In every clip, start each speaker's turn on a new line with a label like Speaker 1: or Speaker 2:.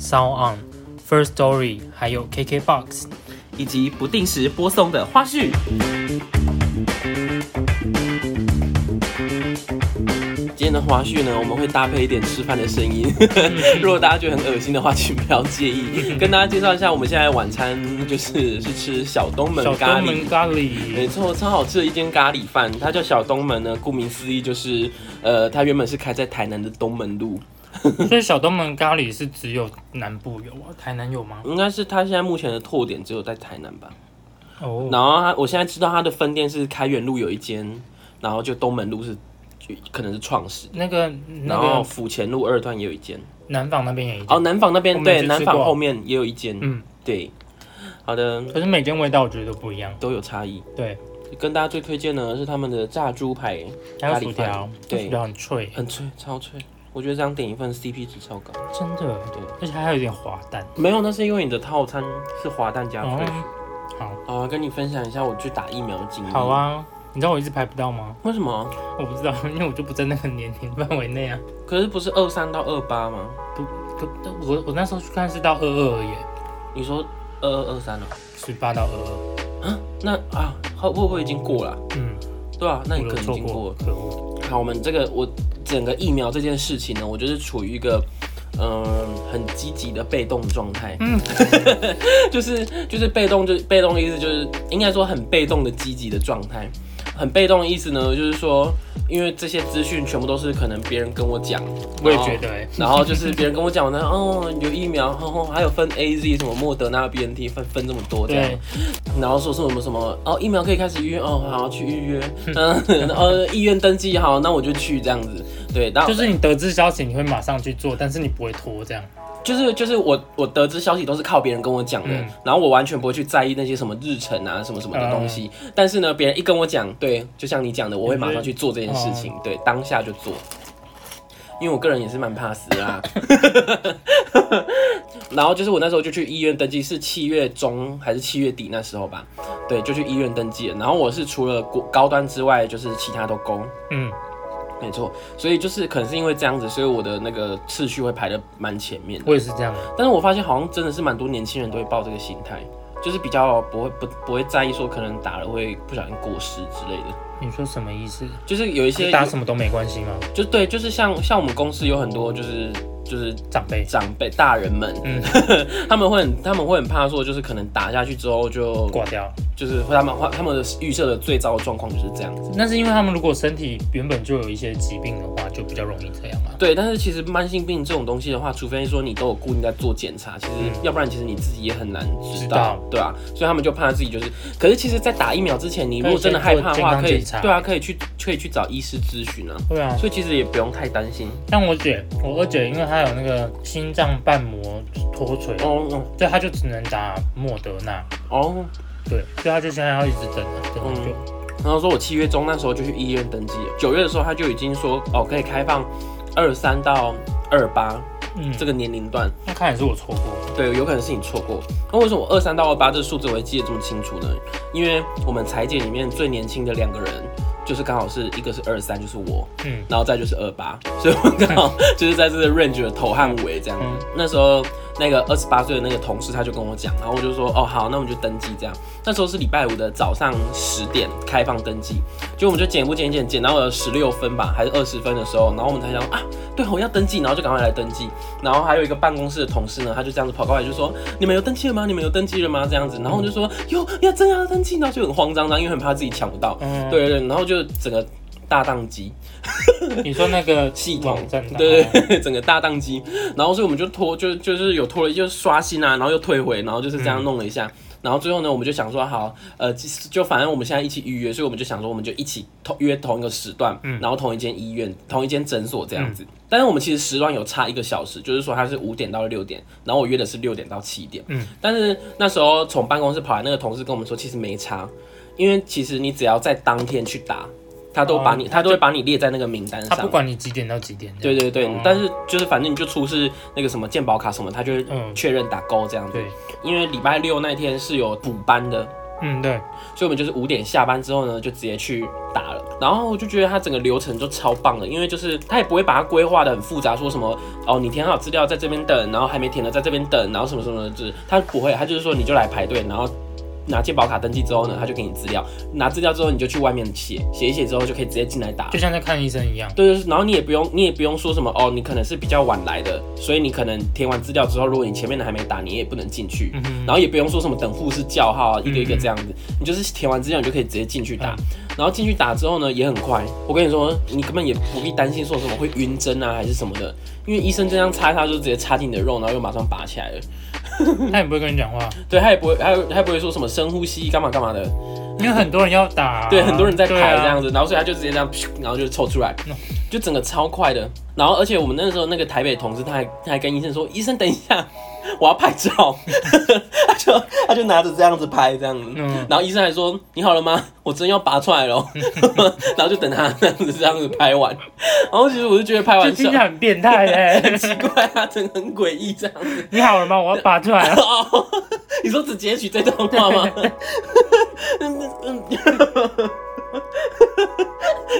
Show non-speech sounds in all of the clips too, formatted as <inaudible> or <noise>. Speaker 1: Sound On、First Story，还有 KKBox。
Speaker 2: 以及不定时播送的花絮。今天的花絮呢，我们会搭配一点吃饭的声音， <laughs> 如果大家觉得很恶心的话，请不要介意。跟大家介绍一下，我们现在晚餐就是是吃小东门
Speaker 1: 小
Speaker 2: 咖
Speaker 1: 东
Speaker 2: 喱
Speaker 1: 门。咖
Speaker 2: 没
Speaker 1: 喱，
Speaker 2: 错，超好吃的一间咖喱饭，它叫小东门呢。顾名思义，就是呃，它原本是开在台南的东门路，
Speaker 1: 所以小东门咖喱是只有南部有啊，台南有吗？
Speaker 2: 应嗯该是它现在目前的拓点只有在台南吧。
Speaker 1: 哦，
Speaker 2: 然后他，我现在知道他的分店是开元路有一间，然后就东门路是就可能是创始，
Speaker 1: 那个
Speaker 2: 然
Speaker 1: 那
Speaker 2: 后
Speaker 1: 个
Speaker 2: 府前路二段也有一间，
Speaker 1: 南纺那边也有一
Speaker 2: 哦，
Speaker 1: 间，
Speaker 2: 南纺那
Speaker 1: 我
Speaker 2: 边
Speaker 1: 们也
Speaker 2: 对，
Speaker 1: 去
Speaker 2: 南
Speaker 1: 吃
Speaker 2: 纺
Speaker 1: 过
Speaker 2: 后面也有一间，
Speaker 1: 嗯，
Speaker 2: 对，好的，
Speaker 1: 可是每间味道我觉得都不一样。
Speaker 2: 都有差异。
Speaker 1: 对，
Speaker 2: 跟大家最推荐呢是他们的炸猪排，
Speaker 1: 还有
Speaker 2: 咖喱
Speaker 1: 薯
Speaker 2: 饭
Speaker 1: 条，
Speaker 2: 对呃
Speaker 1: 薯条很脆，
Speaker 2: 很脆，超脆，我觉得这样点一份 CP 值超高。
Speaker 1: 真的，
Speaker 2: 对，
Speaker 1: 而且还有一点滑蛋。
Speaker 2: 没有，那是因为你的套餐是滑蛋加脆。
Speaker 1: 哦，好，
Speaker 2: 好啊，跟你分享一下我去打疫苗的经历。
Speaker 1: 好，啊，你知道我一直排不到吗？
Speaker 2: 为什么？
Speaker 1: 我不知道，因为我就不在那个年龄范围内啊。
Speaker 2: 可是不是二三到二八吗？
Speaker 1: 不不，我我那时候去看是到二二而已，
Speaker 2: 你说二二二三了？哦
Speaker 1: 十八到二二，
Speaker 2: 那啊，会会不会已经过了啊、
Speaker 1: 嗯，
Speaker 2: 对啊，那你
Speaker 1: 我
Speaker 2: 可
Speaker 1: 有
Speaker 2: 能已
Speaker 1: 错
Speaker 2: 经过
Speaker 1: 过
Speaker 2: 了，。
Speaker 1: 可恶，
Speaker 2: 好，我们这个我整个疫苗这件事情呢，我就是处于一个嗯、很积极的被动状态，
Speaker 1: 嗯，
Speaker 2: <laughs> 就是就是被动，就是被动的意思就是应该说很被动的积极的状态。很被动的意思呢，就是说，因为这些资讯全部都是可能别人跟我
Speaker 1: <laughs>
Speaker 2: 讲，
Speaker 1: 我也
Speaker 2: 然后
Speaker 1: 觉得哎、
Speaker 2: 然后就是别人跟我讲呢，哦，有疫苗，哦，还有分 A Z 什么莫德纳、B N T 分分这么多这样
Speaker 1: 对，，
Speaker 2: 然后说是我们什么哦，疫苗可以开始预约哦，好去预约，嗯，哦，意愿登记好，那我就去这样子，对，然后
Speaker 1: 就是你得知消息你会马上去做，但是你不会拖这样。
Speaker 2: 就是就是我我得知消息都是靠别人跟我讲的，
Speaker 1: 嗯
Speaker 2: 然后我完全不会去在意那些什么日程啊什么什么的东西，但是呢，别人一跟我讲，对，就像你讲的，我会马上去做这件事情，对，当下就做，因为我个人也是蛮怕死的啦。 <laughs> 然后就是我那时候就去医院登记，是七月中还是七月底那时候吧，对，就去医院登记了。然后我是除了国高端之外，就是其他都勾，
Speaker 1: 嗯，
Speaker 2: 没错。所以就是可能是因为这样子，所以我的那个次序会排的蛮前面的。
Speaker 1: 我也是这样。
Speaker 2: 但是我发现好像真的是蛮多年轻人都会抱这个心态，就是比较不会不不会在意说可能打了会不小心过失之类的，
Speaker 1: 你说什么意思？
Speaker 2: 就是有一些
Speaker 1: 是打什么都没关系吗？
Speaker 2: 就对，就是像像我们公司有很多就是就是
Speaker 1: 长辈，
Speaker 2: 长辈大人们，
Speaker 1: 嗯
Speaker 2: <laughs> 他们会很他们会很怕说就是可能打下去之后就
Speaker 1: 挂掉。
Speaker 2: 就是会他们他们的预设的最糟的状况就是这样子。
Speaker 1: 那是因为他们如果身体原本就有一些疾病的话，就比较容易这样啊。
Speaker 2: 对，但是其实慢性病这种东西的话，除非说你都有固定在做检查，其实、
Speaker 1: 嗯
Speaker 2: 要不然其实你自己也很难知
Speaker 1: 知
Speaker 2: 道
Speaker 1: 道，
Speaker 2: 对啊，所以他们就怕自己就是，可是其实，在打疫苗之前，你如果真的害怕的话，可
Speaker 1: 可
Speaker 2: 以
Speaker 1: 以先做健康检查
Speaker 2: 对啊，可以去可以去找医师咨询啊，
Speaker 1: 对啊，
Speaker 2: 所以其实也不用太担心。
Speaker 1: 像我姐，我二姐，因为她有那个心脏瓣膜脱垂，
Speaker 2: 哦哦
Speaker 1: 所以她就只能打莫德纳。
Speaker 2: 哦，
Speaker 1: 对，所以她就现在要一直等，等很久。
Speaker 2: 然后说我七月中那时候就去医院登记了，九月的时候他就已经说哦可以开放二三到二八
Speaker 1: 嗯，
Speaker 2: 这个年龄段，
Speaker 1: 那看来是我错过。
Speaker 2: 对，有可能是你错过。那为什么我二三到二八这个数字我会记得这么清楚呢？因为我们裁剪里面最年轻的两个人，就是刚好是一个是二三，就是我，
Speaker 1: 嗯
Speaker 2: 然后再就是二八，所以我刚好就是在这个 range 的头和尾这样。
Speaker 1: 嗯
Speaker 2: 那时候那个二十八岁的那个同事他就跟我讲，然后我就说哦好，那我们就登记这样。那时候是礼拜五的早上十点开放登记，就我们就剪不剪剪剪到了十六分吧，还是二十分的时候，然后我们才想啊，对我要登记，然后就赶快来登记。然后还有一个办公室的同事呢，他就这样子跑过来就说你们有登记了吗？你们有登记了吗？这样子，然后我就说有要真的要登记，然后就很慌张张，因为很怕自己抢不到。
Speaker 1: 嗯，
Speaker 2: 对对对，然后就整个大宕机。
Speaker 1: 你说那个
Speaker 2: 系统
Speaker 1: 网站啊哦打开，
Speaker 2: 对对对， <laughs> 整个大宕
Speaker 1: 嗯
Speaker 2: 机，然后所以我们就拖，就就是有拖了，就是刷新啊，然后又退回，然后就是这样弄了一下，然后最后呢，我们就想说好，呃，就就反正我们现在一起预约，所以我们就想说，我们就一起同约同一个时段，
Speaker 1: 嗯
Speaker 2: 然后同一间医院、同一间诊所这样子。但是我们其实时段有差一个小时，就是说它是五点到六点，然后我约的是六点到七点。
Speaker 1: 嗯，
Speaker 2: 但是那时候从办公室跑来那个同事跟我们说，其实没差，因为其实你只要在当天去打，他都把你、他都会把你列在那个名单
Speaker 1: 哦他
Speaker 2: 上。
Speaker 1: 不管你几点到几点，
Speaker 2: 对对对，
Speaker 1: 哦
Speaker 2: 但是就是反正你就出示那个什么健保卡什么，他就会
Speaker 1: 嗯
Speaker 2: 确认打勾这样子。
Speaker 1: 对，
Speaker 2: 因为礼拜六那天是有补班的，
Speaker 1: 嗯对，
Speaker 2: 所以我们就是五点下班之后呢，就直接去打了。然后我就觉得它整个流程就超棒的，因为就是他也不会把它规划的很复杂，说什么哦你填好资料在这边等，然后还没填的在这边等，然后什么什么的，就是他不会，他就是说你就来排队，然后。拿健保卡登记之后呢，他就给你资料，拿资料之后你就去外面写，写一写之后就可以直接进来打了
Speaker 1: 就像在看医生一样，
Speaker 2: 对，就是然后你也不用，你也不用说什么哦，你可能是比较晚来的，所以你可能填完资料之后，如果你前面的还没打，你也不能进去。
Speaker 1: 嗯哼
Speaker 2: 然后也不用说什么等护士叫号啊，一个一个这样子，你就是填完资料你就可以直接进去打。然后进去打之后呢，也很快。我跟你说，你根本也不必担心说什么会晕针啊，还是什么的，因为医生这样插一插就直接插进你的肉，然后又马上拔起来了。
Speaker 1: 他也不会跟你讲话，
Speaker 2: 对，他也不会，他也他也不会说什么深呼吸干嘛干嘛的。
Speaker 1: 因为很多人要打，
Speaker 2: 对，很多人在
Speaker 1: 对
Speaker 2: 排
Speaker 1: 啊
Speaker 2: 这样子，然后所以他就直接这样， <laughs> 噗然后就抽出来
Speaker 1: 嗯，
Speaker 2: 就整个超快的。然后而且我们那时候那个台北同事，他还他还跟医生说：“医生，等一下， <laughs> 我要拍照。” <laughs> 他就他就拿着这样子拍这样子，
Speaker 1: 嗯
Speaker 2: 然后医生还说：“你好了吗？我真要拔出来了 <laughs> 哦。”然后就等他这样子这样子拍完。然后其实我就觉得拍
Speaker 1: 就
Speaker 2: 完
Speaker 1: 听
Speaker 2: 笑
Speaker 1: 起。来很变态哎、
Speaker 2: <laughs> 很奇怪啊，真的很诡异这样子。
Speaker 1: 你好了吗？我要拔出来了。啊
Speaker 2: 哦， <laughs> 你说只截取这段话吗？ <laughs> 嗯嗯，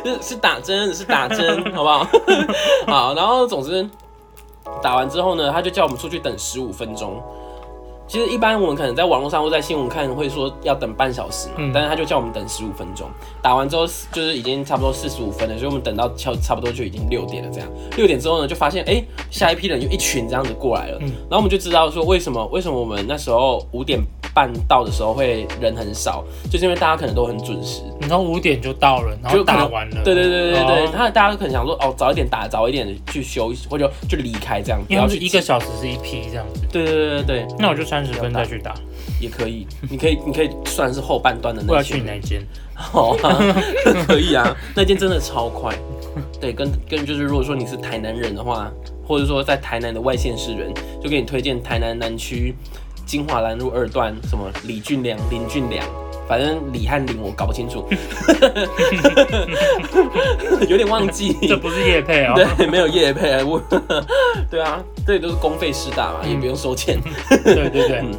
Speaker 2: 嗯是打针，是打针，好不好？ <laughs> 好，然后总之打完之后呢，他就叫我们出去等十五分钟。其实一般我们可能在网络上或在新闻看会说要等半小时嘛，
Speaker 1: 嗯
Speaker 2: 但是他就叫我们等十五分钟。打完之后就是已经差不多四十五分了，所以我们等到差差不多就已经六点了。这样六点之后呢，就发现哎、诶下一批人就一群这样子过来了，然后我们就知道说为什么为什么我们那时候五点半到的时候会人很少，就是因为大家可能都很准时。
Speaker 1: 你说五点就到了，然后
Speaker 2: 就可能
Speaker 1: 打完了，
Speaker 2: 对对对对对，
Speaker 1: 哦
Speaker 2: 他大家可能想说哦，早一点打，早一点去休息，或者就离开这样，不
Speaker 1: 因为
Speaker 2: 要
Speaker 1: 他们是
Speaker 2: 去
Speaker 1: 一个小时是一批这样子，
Speaker 2: 对对对对对，
Speaker 1: 那我就三十分再去打，
Speaker 2: 也可以，你可以你可以算是后半段的
Speaker 1: 我
Speaker 2: 那
Speaker 1: 要
Speaker 2: 些
Speaker 1: 去你那一
Speaker 2: <laughs>
Speaker 1: 间，
Speaker 2: 好啊，可以啊，那间真的超快。对，跟跟就是如果说你是台南人的话，或者说在台南的外县市人，就给你推荐台南南区金华南路二段什么李俊良、林俊良，反正李和林我搞不清
Speaker 1: <laughs>
Speaker 2: 楚， <laughs> 有点忘记。
Speaker 1: 这不是夜配哦，
Speaker 2: 对，没有业配，我 <laughs> 对啊，这里都是公费师大嘛，也不用收钱。
Speaker 1: 对对对
Speaker 2: 嗯，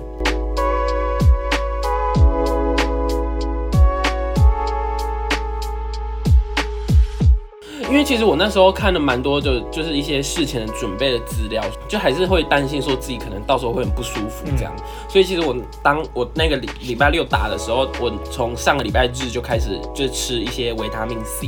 Speaker 2: 因为其实我那时候看了蛮多的，就是一些事前的准备的资料，就还是会担心说自己可能到时候会很不舒服这样。所以其实我当我那个礼礼拜六打的时候，我从上个礼拜日就开始就吃一些维他命 C，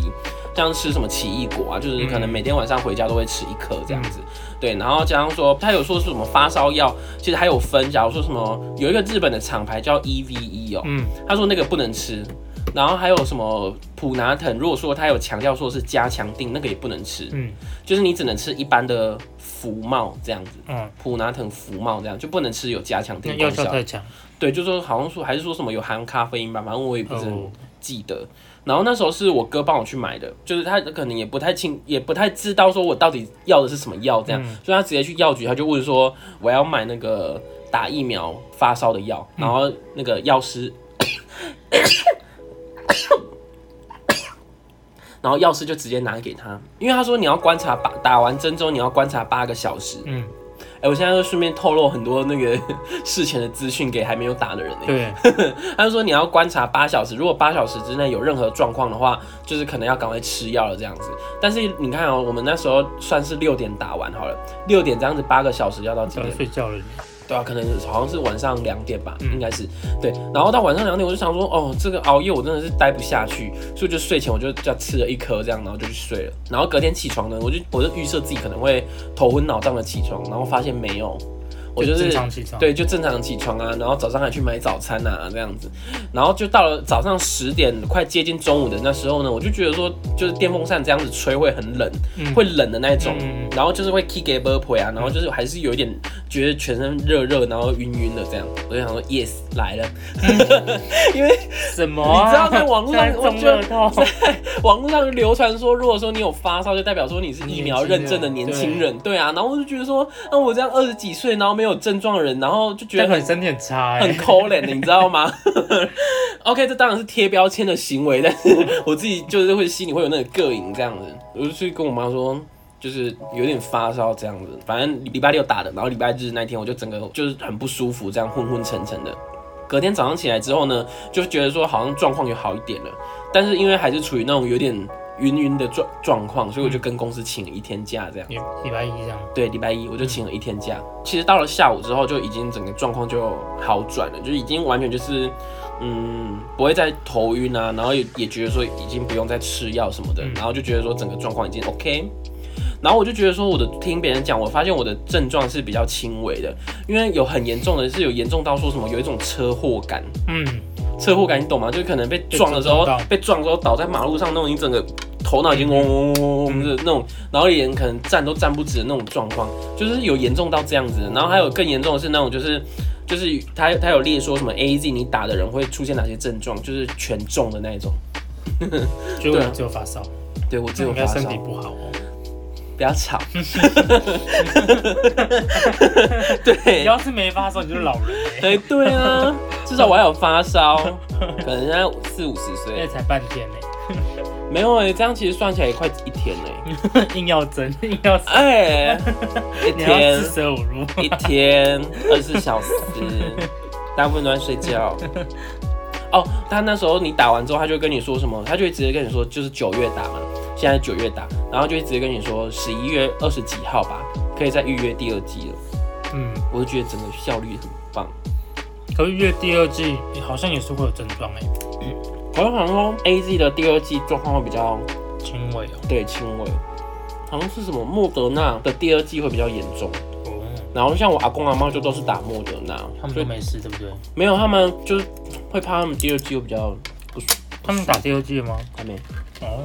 Speaker 2: 像吃什么奇异果啊，就是可能每天晚上回家都会吃一颗这样子。对，然后加上说他有说是什么发烧药，其实还有分，假如说什么有一个日本的厂牌叫 EVE 哦，
Speaker 1: 嗯，
Speaker 2: 他说那个不能吃。然后还有什么普拿疼？如果说他有强调说是加强定，那个也不能吃，
Speaker 1: 嗯
Speaker 2: 就是你只能吃一般的福帽这样子，
Speaker 1: 嗯，
Speaker 2: 普拿疼福帽这样就不能吃有加强
Speaker 1: 那
Speaker 2: 定
Speaker 1: 药
Speaker 2: 功
Speaker 1: 效
Speaker 2: 效。
Speaker 1: 太强，
Speaker 2: 对，就说好像说还是说什么有含咖啡因吧，反正我也不是很
Speaker 1: 哦，
Speaker 2: 记得。然后那时候是我哥帮我去买的，就是他可能也不太清，也不太知道说我到底要的是什么药这样，所以他直接去药局，他就问说我要买那个打疫苗发烧的药，然后那个药师， <coughs> 然后药师就直接拿给他，因为他说你要观察八打完针之后你要观察八个小时，
Speaker 1: 嗯，
Speaker 2: 哎、我现在就顺便透露很多那个 <laughs> 事前的资讯给还没有打的人呢、欸
Speaker 1: 对，
Speaker 2: 他就说你要观察八小时，如果八小时之内有任何状况的话，就是可能要赶快吃药了这样子。但是你看哦、我们那时候算是六点打完好了，六点这样子八个小时要到几
Speaker 1: 早就
Speaker 2: 点？
Speaker 1: 睡觉了，
Speaker 2: 对啊，可能好像是晚上两点吧，
Speaker 1: 嗯
Speaker 2: 应该是对。然后到晚上两点，我就想说，哦，这个熬夜我真的是待不下去，所以就睡前我就就吃了一颗这样，然后就去睡了。然后隔天起床呢，我就我就预设自己可能会头昏脑胀的起床，然后发现没有，我就是
Speaker 1: 正常起床。，
Speaker 2: 对，就正常起床啊，然后早上还去买早餐啊，这样子，然后就到了早上十点，快接近中午的那时候呢，我就觉得说，就是电风扇这样子吹会很冷，
Speaker 1: 嗯
Speaker 2: 会冷的那种，
Speaker 1: 嗯
Speaker 2: 然后就是会 kick a b u r p 啊，然后就是还是有一点觉得全身热热，然后晕晕的这样，我就想说 yes 来了，因为
Speaker 1: 什么啊？
Speaker 2: 你知道在网络上
Speaker 1: 现在中乐透，
Speaker 2: 网络上流传说，如果说你有发烧，就代表说你是疫苗认证的
Speaker 1: 年
Speaker 2: 年
Speaker 1: 轻人
Speaker 2: 轻人，对啊，然后我就觉得说，那我这样二十几岁，然后没有症状的人，然后就觉
Speaker 1: 代
Speaker 2: 得
Speaker 1: 表
Speaker 2: 很欸
Speaker 1: 你身体很差
Speaker 2: 很
Speaker 1: 哎。
Speaker 2: 抠脸的，你知道吗 <laughs> ？OK，这当然是贴标签的行为，但是 <laughs> 我自己就是会心里会有那个膈应这样子，我就去跟我妈说。就是有点发烧这样子，反正礼拜六打的，然后礼拜日那天我就整个就是很不舒服，这样昏昏沉沉的。隔天早上起来之后呢，就觉得说好像状况有好一点了，但是因为还是处于那种有点晕晕的状状况，所以我就跟公司请了一天假这样。
Speaker 1: 礼礼拜一这样，
Speaker 2: 对，礼拜一我就请了一天假。其实到了下午之后，就已经整个状况就好转了，就已经完全就是，嗯，不会再头晕啊，然后也也觉得说已经不用再吃药什么的
Speaker 1: 嗯，
Speaker 2: 然后就觉得说整个状况已经 OK。然后我就觉得说，我的听别人讲，我发现我的症状是比较轻微的，因为有很严重的是有严重到说什么有一种车祸感，
Speaker 1: 嗯，
Speaker 2: 车祸感你懂吗？就是可能被撞的时候
Speaker 1: 被撞到，嗯
Speaker 2: 被撞的时候倒在马路上那种，你整个头脑已经嗡嗡嗡嗡的那种，然后连可能站都站不直的那种状况，就是有严重到这样子的。然后还有更严重的是那种就是。就是他他有列说什么 A Z 你打的人会出现哪些症状，就是全中的那一种。
Speaker 1: 就
Speaker 2: 对啊
Speaker 1: 我只有发烧，
Speaker 2: 对我只
Speaker 1: 这
Speaker 2: 有
Speaker 1: 应该
Speaker 2: 发
Speaker 1: 身
Speaker 2: 烧
Speaker 1: 体，不好哦。
Speaker 2: 不要
Speaker 1: <laughs>
Speaker 2: 吵。对
Speaker 1: 你，要是没发烧，你就是老人哎。
Speaker 2: 哎 <laughs> 对啊，至少我还有发烧，可能现在四五十
Speaker 1: 那
Speaker 2: 岁，
Speaker 1: 才半天
Speaker 2: <laughs>
Speaker 1: 呢，
Speaker 2: 没有哎、这样其实算起来也快一天哎、
Speaker 1: 硬要争， <laughs> 硬要死
Speaker 2: 哎、一
Speaker 1: <laughs> 你要
Speaker 2: 天
Speaker 1: 四舍五入。
Speaker 2: 一天二十四小
Speaker 1: <laughs>
Speaker 2: 时，大部分都在睡觉。哦，他那时候你打完之后，他就会跟你说什么？他就会直接跟你说，就是九月打嘛，现在九月打，然后就会直接跟你说十一月二十几号吧，可以再预约第二季了。
Speaker 1: 嗯，
Speaker 2: 我就觉得整个效率很棒。
Speaker 1: 可是越第二季好像也是会有症状哎，
Speaker 2: 我就想说，A Z 的第二季状况会比较
Speaker 1: 轻微哦。
Speaker 2: 对轻微，好像是什么莫德纳的第二季会比较严重。
Speaker 1: 哦，
Speaker 2: 然后像我阿公阿妈就都是打莫德纳，
Speaker 1: 他们
Speaker 2: 所
Speaker 1: 都
Speaker 2: 以
Speaker 1: 没事对不对？
Speaker 2: 没有，他们就是会怕他们第二季又比较不舒服，
Speaker 1: 他们打第二季了吗？
Speaker 2: 还没。
Speaker 1: 哦，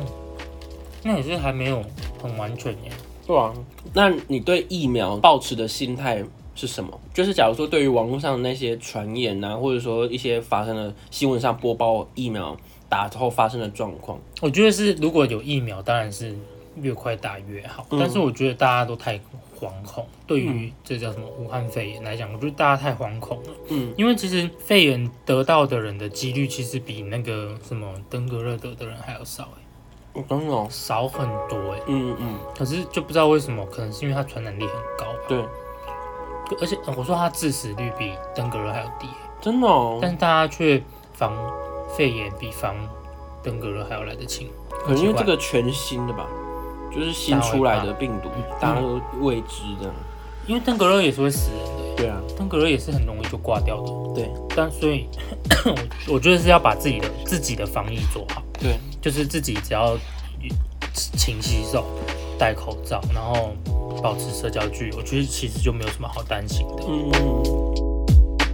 Speaker 1: 那也是还没有很完全耶。
Speaker 2: 对啊，那你对疫苗抱持的心态是什么？就是假如说对于网络上那些传言啊，或者说一些发生的新闻上播报疫苗打之后发生的状况，
Speaker 1: 我觉得是如果有疫苗，当然是越快打越好。
Speaker 2: 嗯
Speaker 1: 但是我觉得大家都太惶恐，对于这叫什么武汉肺炎来讲，我觉得大家太惶恐了。
Speaker 2: 嗯，
Speaker 1: 因为其实肺炎得到的人的几率其实比那个什么登革热得的人还要少耶，
Speaker 2: 我懂你哦，
Speaker 1: 少很多哎。
Speaker 2: 嗯嗯，
Speaker 1: 可是就不知道为什么，可能是因为它传染力很高吧。
Speaker 2: 对，
Speaker 1: 对，而且呃我说它致死率比登革热还要低耶，欸
Speaker 2: 真的哦，
Speaker 1: 但是大家却防肺炎比防登革热还要来得轻。
Speaker 2: 可能因为这个全新的吧，就是新出来的病毒，大家都未知的，
Speaker 1: 因为登革热也是会死人的耶，
Speaker 2: 对啊，
Speaker 1: 登革热也是很容易就挂掉的。
Speaker 2: 对
Speaker 1: 但所以， <coughs> 我我觉得是要把自己的自己的防疫做好，
Speaker 2: 对，
Speaker 1: 就是自己只要勤洗手、戴口罩，然后保持社交距离，我觉得其实就没有什么好担心的。
Speaker 2: 嗯嗯嗯。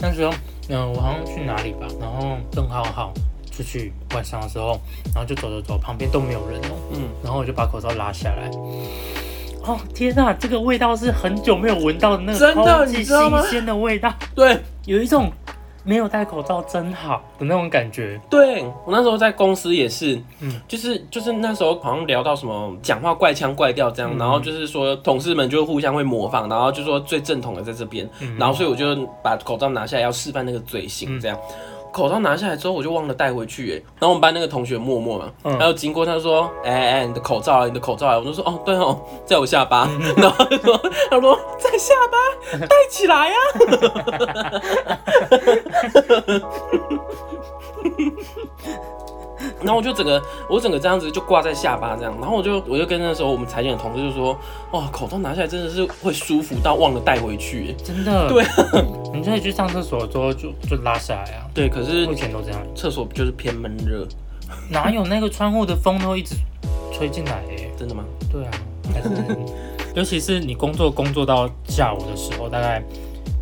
Speaker 1: 那时候，嗯、我好像去哪里吧，然后邓浩浩出去晚上的时候，然后就走走走，旁边都没有人哦、
Speaker 2: 嗯
Speaker 1: 然后我就把口罩拉下来。哦天呐，这个味道是很久没有闻到的那个
Speaker 2: 真的
Speaker 1: 空气
Speaker 2: 你知道吗
Speaker 1: 新鲜的味道，
Speaker 2: 对
Speaker 1: 有一种没有戴口罩真好的那种感觉。
Speaker 2: 对，我那时候在公司也是，
Speaker 1: 嗯
Speaker 2: 就是就是那时候好像聊到什么讲话怪腔怪调这样，
Speaker 1: 嗯
Speaker 2: 然后就是说同事们就互相会模仿，然后就说最正统的在这边，
Speaker 1: 嗯
Speaker 2: 然后所以我就把口罩拿下来要示范那个嘴型这样。
Speaker 1: 嗯
Speaker 2: 口罩拿下来之后，我就忘了带回去哎、然后我们班那个同学默默嘛，
Speaker 1: 嗯
Speaker 2: 然后经过他说：“哎、哎、你的口罩啊，你的口罩啊！”我就说：“哦，对哦，在我下巴。
Speaker 1: 嗯
Speaker 2: 然后他说：“他说在下
Speaker 1: <laughs>
Speaker 2: 巴，戴起来啊呀、然后我就整个我整个这样子就挂在下巴这样，然后我就我就跟那时候我们裁剪的同事就说，哇，口罩拿下来真的是会舒服到忘了带回去耶。
Speaker 1: 真的，
Speaker 2: 对，
Speaker 1: 你可以去上厕所之后就就拉下来啊。
Speaker 2: 对，可是
Speaker 1: 目前都这样，
Speaker 2: 厕所就是偏闷热，
Speaker 1: 哪有那个窗户的风都一直吹进来、欸？
Speaker 2: 真的吗？
Speaker 1: 对啊，还是尤其是你工作工作到下午的时候，大概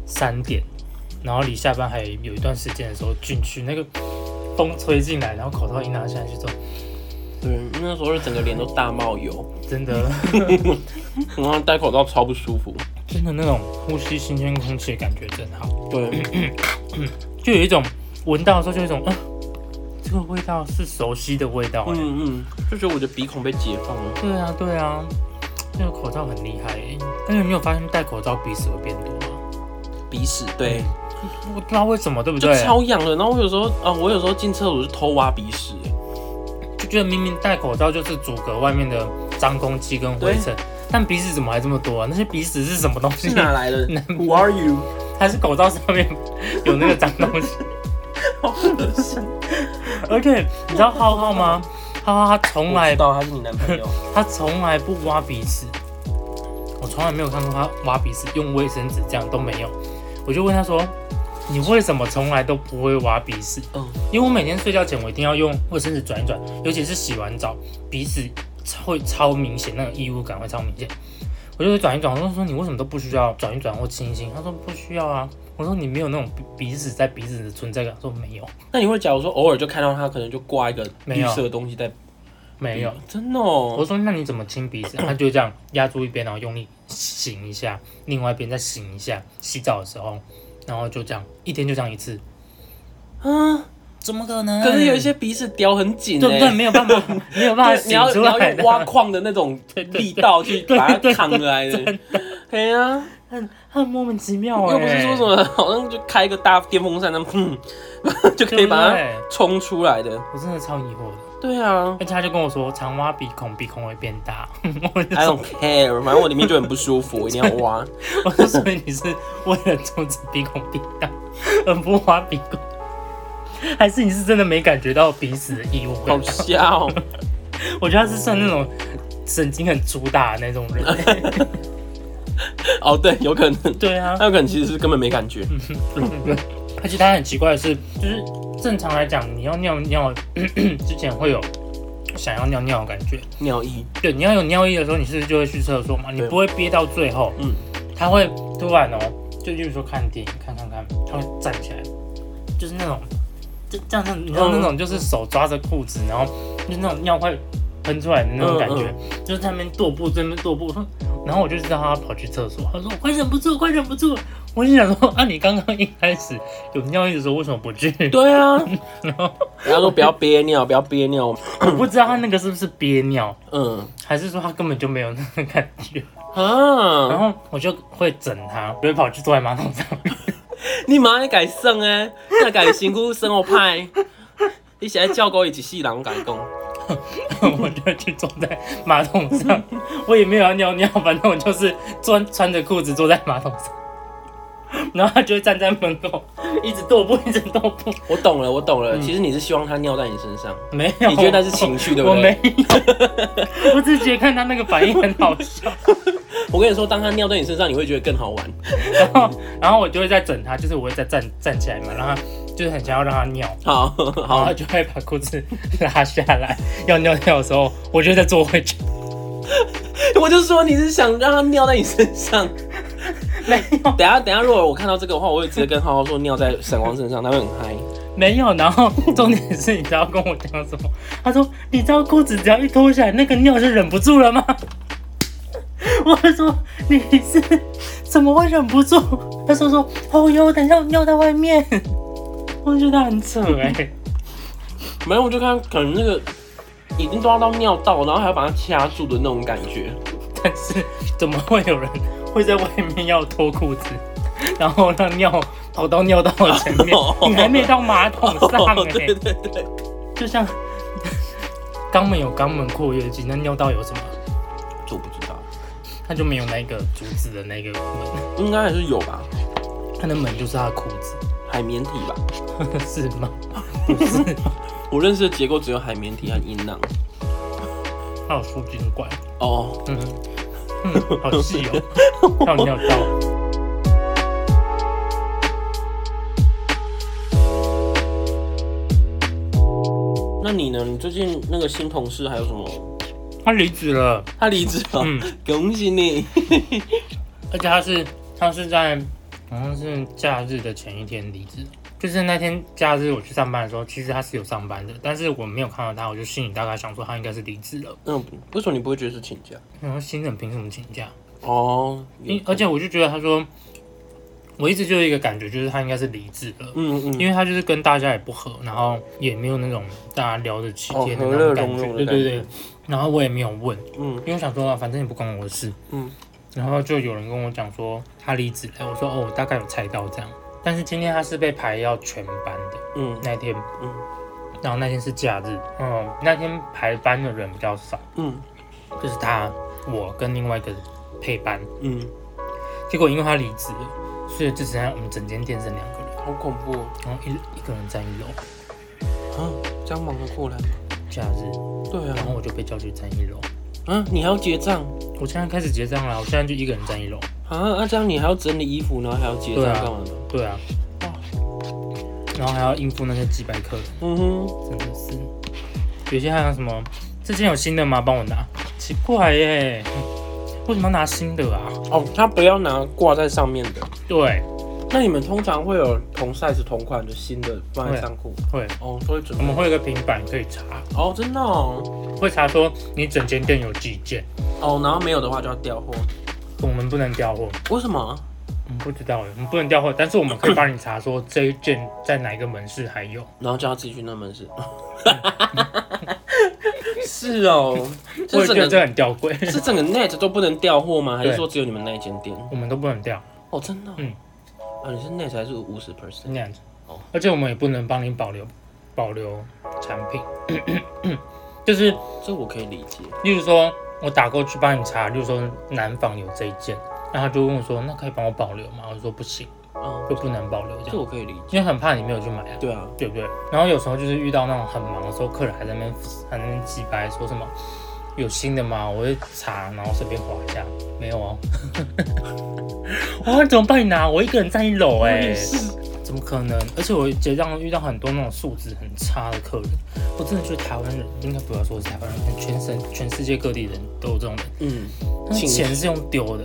Speaker 1: 三点，然后离下班还有一段时间的时候进去，那个风吹进来，然后口罩一拿下去之后，
Speaker 2: 对，那时候是整个脸都大冒油，
Speaker 1: 真的
Speaker 2: 然后戴口罩超不舒服。
Speaker 1: 真的那种呼吸新鲜空气的感觉真好。
Speaker 2: 对，
Speaker 1: 就有一种闻到的时候就有一种，啊，这个味道是熟悉的味道、欸。
Speaker 2: 嗯嗯，就觉得我的鼻孔被解放了。
Speaker 1: 对啊，对啊，那个口罩很厉害、欸。但是你有没有发现戴口罩鼻屎会变多啊？
Speaker 2: 鼻屎，对，
Speaker 1: 我不知道为什么，对不
Speaker 2: 就
Speaker 1: 对？
Speaker 2: 超痒的。然后我有时候啊，我有时候进厕所就偷挖鼻屎，
Speaker 1: 就觉得明明戴口罩就是阻隔外面的脏空气跟灰尘，但鼻屎怎么还这么多啊？那些鼻屎是什么东西
Speaker 2: 是？啊哪来的 <laughs> ？Who are you？
Speaker 1: 还是口罩上面有那个脏东
Speaker 2: <laughs>
Speaker 1: 西？
Speaker 2: 好恶 <laughs> 心。
Speaker 1: 而且你知道浩浩吗？浩浩他从
Speaker 2: 我
Speaker 1: 来
Speaker 2: 知道他是你男朋友，
Speaker 1: 他从来不挖鼻屎，我从来没有看过他挖鼻屎，用卫生纸这样都没有。我就问他说：“你为什么从来都不会挖鼻屎？”
Speaker 2: 嗯，
Speaker 1: 因为我每天睡觉前我一定要用卫生纸转一转，尤其是洗完澡，鼻屎会超明显，那种异物感会超明显。我就会转一转，我就说你为什么都不需要转一转或清一清？他说不需要啊。我说你没有那种鼻鼻屎在鼻子的存在感，他说没有，
Speaker 2: 那你会假如说偶尔就看到他，可能就挂一个
Speaker 1: 没
Speaker 2: 绿
Speaker 1: 有
Speaker 2: 色的东西在，
Speaker 1: 没有。
Speaker 2: 真的哦
Speaker 1: 我。说那你怎么清鼻子？他就这样压住一边，然后用力醒一下，另外一边再醒一下。洗澡的时候，然后就这样一天就这样一次，
Speaker 2: 嗯，
Speaker 1: 怎么可能
Speaker 2: 可是有一些鼻屎叼很紧
Speaker 1: 对不对？
Speaker 2: 哎。
Speaker 1: 没有办法， <laughs> 没有办法
Speaker 2: 对你
Speaker 1: 醒
Speaker 2: 要
Speaker 1: 出
Speaker 2: 你要
Speaker 1: 来
Speaker 2: 用
Speaker 1: 的。 <laughs>
Speaker 2: 挖矿的那种
Speaker 1: 对
Speaker 2: 力道去把它
Speaker 1: 对对
Speaker 2: 扛来的，对呀，
Speaker 1: 很很莫名其妙哎、
Speaker 2: 又不是说什么好像就开一个大电风扇那么，嗯 <laughs> 就可以把它
Speaker 1: 对不对
Speaker 2: 冲出来的，
Speaker 1: 我真的超疑惑的。
Speaker 2: 对
Speaker 1: <laughs>
Speaker 2: 啊
Speaker 1: 而且他就跟我说，常挖鼻孔，鼻孔会变大。 <laughs> 我就
Speaker 2: ，I
Speaker 1: 说
Speaker 2: don't，care，反正我里面就很不舒服，我一定要挖。
Speaker 1: 我就说你是为了阻止鼻孔变大，而不挖鼻孔， <laughs> 还是你是真的没感觉到鼻屎的异物味啊
Speaker 2: 好
Speaker 1: 道？
Speaker 2: 笑哦，
Speaker 1: 我觉得他是算那种神经很粗大的那种人。
Speaker 2: 哦对，有可能，
Speaker 1: <laughs> 对啊，嗯
Speaker 2: 那有可能其实是根本没感觉，
Speaker 1: 而且他很奇怪的是，就是正常来讲，你要尿尿 <clears throat> 之前会有想要尿尿的感觉。
Speaker 2: 尿意，
Speaker 1: 对，你要有尿意的时候，你是不是就会去厕所嘛？你
Speaker 2: 对
Speaker 1: 不会憋到最后，
Speaker 2: 嗯，
Speaker 1: 他会突然哦、就例如说看电影，看看看，他会站起来，就是那种，就这样子，你知道
Speaker 2: 嗯
Speaker 1: 那种就是手抓着裤子，然后就那种尿快喷出来的那种感觉，
Speaker 2: 嗯
Speaker 1: 就是在那边跺步，在那边跺步，我说然后我就知道他跑去厕所，他说我快忍不住，快忍不住，我就想说，啊，你刚刚一开始有尿意的时候为什么不去？ <laughs>
Speaker 2: 对啊，
Speaker 1: 然后
Speaker 2: 人家说不要憋尿，不要憋尿，
Speaker 1: 我不知道他那个是不是憋尿，
Speaker 2: 嗯
Speaker 1: 还是说他根本就没有那个感觉。然
Speaker 2: 啊，
Speaker 1: 后我就会整他，我就会跑去坐在马桶上面，
Speaker 2: 你妈咧改算诶，啊那改辛苦生活派，你现在叫狗一起细人改讲，
Speaker 1: 我就去坐在马桶上，我也没有要尿尿，反正我就是穿穿着裤子坐在马桶上。然后他就会站在门口，一直跺步，一直跺步。
Speaker 2: 我懂了，我懂了，其实你是希望它尿在你身上，
Speaker 1: 没有，
Speaker 2: 你觉得那是情绪对不
Speaker 1: 我
Speaker 2: 对？
Speaker 1: 没有，我只是觉得看他那个反应很好笑。
Speaker 2: 我跟你说，当它尿在你身上，你会觉得更好玩，
Speaker 1: 然后，然后我就会再整他，就是我会再站站起来嘛，让他就是很想要让他尿，
Speaker 2: 好
Speaker 1: 然后
Speaker 2: 好
Speaker 1: 他就会把裤子 <laughs> 拉下来，要尿尿的时候，我就再坐回去。 <laughs>
Speaker 2: 我就说你是想让它尿在你身上。
Speaker 1: 没有，
Speaker 2: 等一下等一下，如果我看到这个的话，我会直接跟浩浩说尿在闪光身上，他会很嗨。
Speaker 1: 没有，然后重点是，你知道跟我讲什么？他说：“你知道裤子只要一脱下来，那个尿就忍不住了吗？” <laughs> 我说：“你是怎么会忍不住？” <laughs> 他说：“说哦哟，等一下尿在外面。” <laughs> 我觉得他很扯哎、
Speaker 2: 没有，我就看可能那个已经抓到尿道，然后还要把它掐住的那种感觉。
Speaker 1: <laughs> 但是怎么会有人会在外面要脱裤子， <laughs> 然后让尿跑到尿道的前面？你还没到马桶上
Speaker 2: <laughs>
Speaker 1: 哎、
Speaker 2: 哦对对对，
Speaker 1: 就像 <laughs> 肛门有肛门括约肌，那尿道有什么？
Speaker 2: 这我不知道，
Speaker 1: 他就没有那个竹子的那个门，
Speaker 2: 应该还是有吧，
Speaker 1: 他的门就是他的裤子， <laughs>
Speaker 2: 海绵体吧。
Speaker 1: 是吗？不 <laughs> 是，
Speaker 2: 我认识的结构只有海绵体和阴囊。
Speaker 1: 他有输精管，
Speaker 2: 哦，
Speaker 1: 嗯，嗯 <laughs> 好细哦， <laughs> 还有尿道。
Speaker 2: <laughs> 那你呢？你最近那个新同事还有什么？
Speaker 1: 他离职了，
Speaker 2: 他离职了，
Speaker 1: 嗯，
Speaker 2: 恭喜你！ <laughs>
Speaker 1: 而且他是他是在好像是假日的前一天离职，就是那天假日我去上班的时候，其实他是有上班的，但是我没有看到他，我就心里大概想说他应该是离职了。
Speaker 2: 嗯，为什么你不会觉得是请假？
Speaker 1: 然后新人凭什么请假？
Speaker 2: 哦，
Speaker 1: 因而且我就觉得他说，我一直就有一个感觉，就是他应该是离职了。
Speaker 2: 嗯嗯，
Speaker 1: 因为他就是跟大家也不合，然后也没有那种大家聊得起天的
Speaker 2: 哦
Speaker 1: 那
Speaker 2: 和乐
Speaker 1: 种
Speaker 2: 融
Speaker 1: 感
Speaker 2: 融的
Speaker 1: 觉，
Speaker 2: 感
Speaker 1: 对
Speaker 2: 觉
Speaker 1: 对对。然后我也没有问，
Speaker 2: 嗯
Speaker 1: 因为我想说啊，反正也不关我的事。
Speaker 2: 嗯，
Speaker 1: 然后就有人跟我讲说他离职了，我说哦，我大概有猜到这样。但是今天他是被排要全班的
Speaker 2: 嗯
Speaker 1: 那一天，
Speaker 2: 嗯
Speaker 1: 然后那天是假日，嗯，那天排班的人比较少，
Speaker 2: 嗯
Speaker 1: 就是他、我跟另外一个配班。
Speaker 2: 嗯，
Speaker 1: 结果因为他离职了，所以就只剩下我们整间店剩两个人，
Speaker 2: 好恐怖哦！
Speaker 1: 然后一一个人在一楼，
Speaker 2: 啊，这样忙得过来？
Speaker 1: 假日，
Speaker 2: 对
Speaker 1: 然
Speaker 2: 啊，
Speaker 1: 后我就被叫去站一楼。
Speaker 2: 啊，你还要结账
Speaker 1: 我现在开始结账了，我现在就一个人站一楼。
Speaker 2: 啊？那、这样你还要整理衣服，然后还要结账
Speaker 1: 对啊
Speaker 2: 干嘛的？
Speaker 1: 对啊，然后还要应付那些几百客人，
Speaker 2: 嗯哼，
Speaker 1: 真的是。有些还有什么，这件有新的吗？帮我拿。奇怪耶，为什么要拿新的啊？
Speaker 2: 哦，他不要拿挂在上面的。
Speaker 1: 对，
Speaker 2: 那你们通常会有同 size 同款的新的放在上裤？
Speaker 1: 会，嗯
Speaker 2: 哦，所以准
Speaker 1: 我
Speaker 2: 备
Speaker 1: 们会有一个平板可以查，
Speaker 2: 哦，真的哦，
Speaker 1: 会查说你整间店有几件，
Speaker 2: 哦，然后没有的话就要调货，
Speaker 1: 我们不能调货。
Speaker 2: 为什么？
Speaker 1: 我们不知道耶，我们不能调货，但是我们可以帮你查说这一件在哪一个门市还有。
Speaker 2: 然后就要自己去那门市。 <laughs> 是哦，
Speaker 1: 我
Speaker 2: 这
Speaker 1: 也觉
Speaker 2: 整
Speaker 1: 得
Speaker 2: 个
Speaker 1: 这很吊诡， <laughs>
Speaker 2: 是整个 net 都不能调货吗？还是
Speaker 1: 对
Speaker 2: 说只有你们那一间店？
Speaker 1: 我们都不能调。
Speaker 2: 哦，真的、
Speaker 1: 嗯
Speaker 2: 嗯。啊，你是 net 还是五十 percent？
Speaker 1: 那样子。
Speaker 2: 哦
Speaker 1: 而且我们也不能帮你保留保留产品， <clears throat> 就是
Speaker 2: 这我可以理解。
Speaker 1: 例如说我打过去帮你查，例如说南纺有这一件，然后他就问我说，那可以帮我保留吗？我说不行，
Speaker 2: 嗯，
Speaker 1: 就不能保留这
Speaker 2: 这
Speaker 1: 样，
Speaker 2: 我可以理解。
Speaker 1: 因为很怕你没有去买啊。
Speaker 2: 对啊，
Speaker 1: 对不对？然后有时候就是遇到那种很忙的时候，客人还在那边还在那边鸡掰说什么有新的吗？我会查，然后随便划一下，没有 <laughs> 哦。我怎么帮你拿？我一个人站一楼哎、怎么可能？而且我结账遇到很多那种素质很差的客人，我真的觉得台湾人应该不要说是台湾人，全省全世界各地人都有这种人，
Speaker 2: 嗯，
Speaker 1: 他们
Speaker 2: 请
Speaker 1: 钱是用丢的、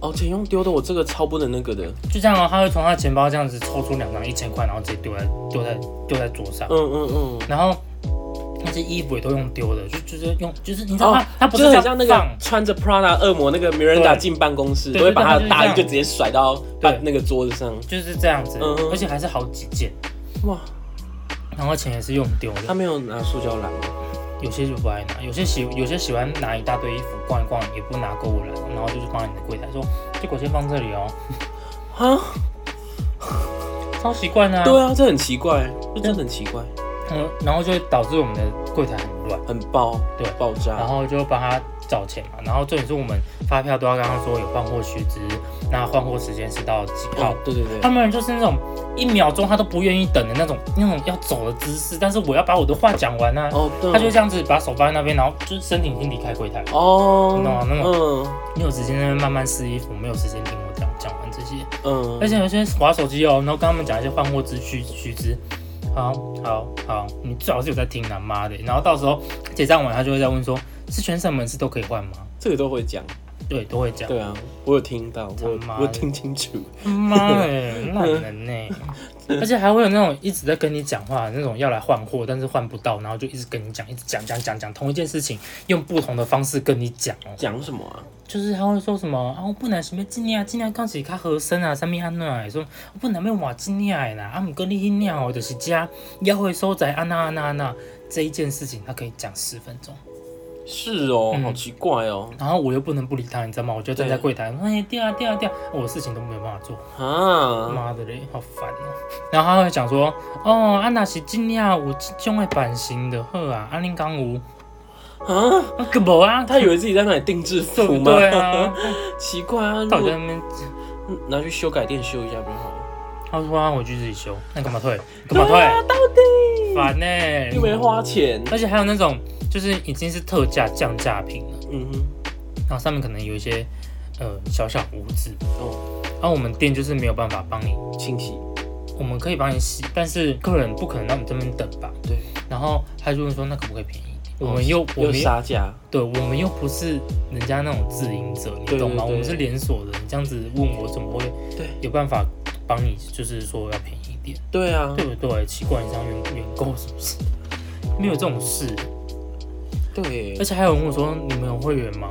Speaker 2: 哦，钱用丢的，我这个超不能那个的。
Speaker 1: 就这样哦，他会从他钱包这样子抽出两张一千块，然后直接丢在丢在丢在桌上
Speaker 2: 嗯，嗯嗯。
Speaker 1: 然后那些衣服也都用丢的，就就是用就是你知道
Speaker 2: 哦
Speaker 1: 吗？他不
Speaker 2: 就是是
Speaker 1: 这
Speaker 2: 很像
Speaker 1: 样放，
Speaker 2: 那个穿着 Prada 恶魔那个 Miranda
Speaker 1: 对
Speaker 2: 进办公室，
Speaker 1: 对
Speaker 2: 都会把
Speaker 1: 对
Speaker 2: 他
Speaker 1: 对
Speaker 2: 的大衣
Speaker 1: 就
Speaker 2: 就
Speaker 1: 是这样
Speaker 2: 直接甩到
Speaker 1: 对
Speaker 2: 那个桌子上。
Speaker 1: 就是这样子，
Speaker 2: 嗯嗯
Speaker 1: 而且还是好几件，
Speaker 2: 哇，
Speaker 1: 然后钱也是用丢
Speaker 2: 他
Speaker 1: 的，
Speaker 2: 没有拿塑胶篮吗？
Speaker 1: 有些就不爱拿，有些喜有些喜欢拿一大堆衣服逛一逛，也不拿购物篮，然后就是放在你的柜台说，这个我先放这里哦，
Speaker 2: 啊，
Speaker 1: 超习惯啊，
Speaker 2: 对啊，这很奇怪，这真的很奇怪，
Speaker 1: 嗯，然后就会导致我们的柜台很乱，
Speaker 2: 很爆，
Speaker 1: 对
Speaker 2: 爆
Speaker 1: 然
Speaker 2: 炸。
Speaker 1: 后就帮他找钱嘛，然后重点是我们发票都要跟他说有换货须知，那换货时间是到几号
Speaker 2: 哦，，对对对
Speaker 1: 他，们就是那种一秒钟他都不愿意等的那种那种要走的姿势，但是我要把我的话讲完啊。
Speaker 2: 哦，对，
Speaker 1: 他就这样子把手放在那边，然后就是身体已经离开柜台。
Speaker 2: 哦
Speaker 1: 你懂吗，那
Speaker 2: 嗯
Speaker 1: 你有时间在那边慢慢试衣服，没有时间听我讲讲完这些。
Speaker 2: 嗯，
Speaker 1: 而且有些划手机哦，然后跟他们讲一些换货资须须知。好好好，你最好是有在听啊，妈的！然后到时候结账完，他就会再问说，是全省门市都可以换吗？
Speaker 2: 这个都会讲，
Speaker 1: 对，都会讲。
Speaker 2: 对啊，我有听到，我
Speaker 1: 他妈的
Speaker 2: 我听清楚，
Speaker 1: 妈 <laughs> 哎，烂人呢、而且还会有那种一直在跟你讲话，那种要来换货，但是换不到，然后就一直跟你讲，一直讲讲讲讲同一件事情，用不同的方式跟你讲哦。
Speaker 2: 讲什么啊？
Speaker 1: 就是他会说什么啊，我不能什么尽量尽量讲是较合身啊，啥物安怎的，说我不能要换尽量的啦，啊，毋过你迄领哦，就是遮约会所在安那安那安啊那这一件事情，他可以讲十分钟。
Speaker 2: 是哦，
Speaker 1: 嗯
Speaker 2: 好奇怪哦，
Speaker 1: 然后我又不能不理他，你知道吗？我就站在
Speaker 2: 对
Speaker 1: 柜台，哎，掉啊掉啊掉啊，我的事情都没有办法做。
Speaker 2: 啊，
Speaker 1: 妈的嘞，好烦哦、然后他会讲说，哦，啊若是真正有这种的版型的好啊，啊恁讲有，
Speaker 2: 啊，
Speaker 1: 啊个无啊， <laughs>
Speaker 2: 他以为自己在那里定制
Speaker 1: 对
Speaker 2: 服
Speaker 1: 不
Speaker 2: 吗？
Speaker 1: 对啊？
Speaker 2: <laughs> 奇怪啊，如
Speaker 1: 到底在
Speaker 2: 果
Speaker 1: 那边，
Speaker 2: 嗯拿去修改店修一下不就好了？
Speaker 1: 他说啊，我去自己修，那干嘛退？干嘛退？
Speaker 2: 啊，到底
Speaker 1: 烦呢、
Speaker 2: 又没花钱，
Speaker 1: 而且还有那种就是已经是特价降价品了，
Speaker 2: 嗯哼，
Speaker 1: 然后上面可能有一些呃小小污渍，
Speaker 2: 哦，
Speaker 1: 然后我们店就是没有办法帮你，
Speaker 2: 清洗，
Speaker 1: 我们可以帮你洗，但是客人不可能让你这边等吧？
Speaker 2: 对，哦
Speaker 1: 然后他就问说，那可不可以便宜一点？我们又我
Speaker 2: 又
Speaker 1: 们又
Speaker 2: 杀价，
Speaker 1: 对，我们又不是人家那种自营者，你
Speaker 2: 对
Speaker 1: 懂吗？
Speaker 2: 对对
Speaker 1: 我们是连锁的，你这样子问我怎么会
Speaker 2: 对
Speaker 1: 有办法帮你？就是说要便宜一点，
Speaker 2: 对啊，
Speaker 1: 对不对？奇怪，你当员员工是不是？没有这种事，
Speaker 2: 对
Speaker 1: 而，且还有人问我说你们有会员吗？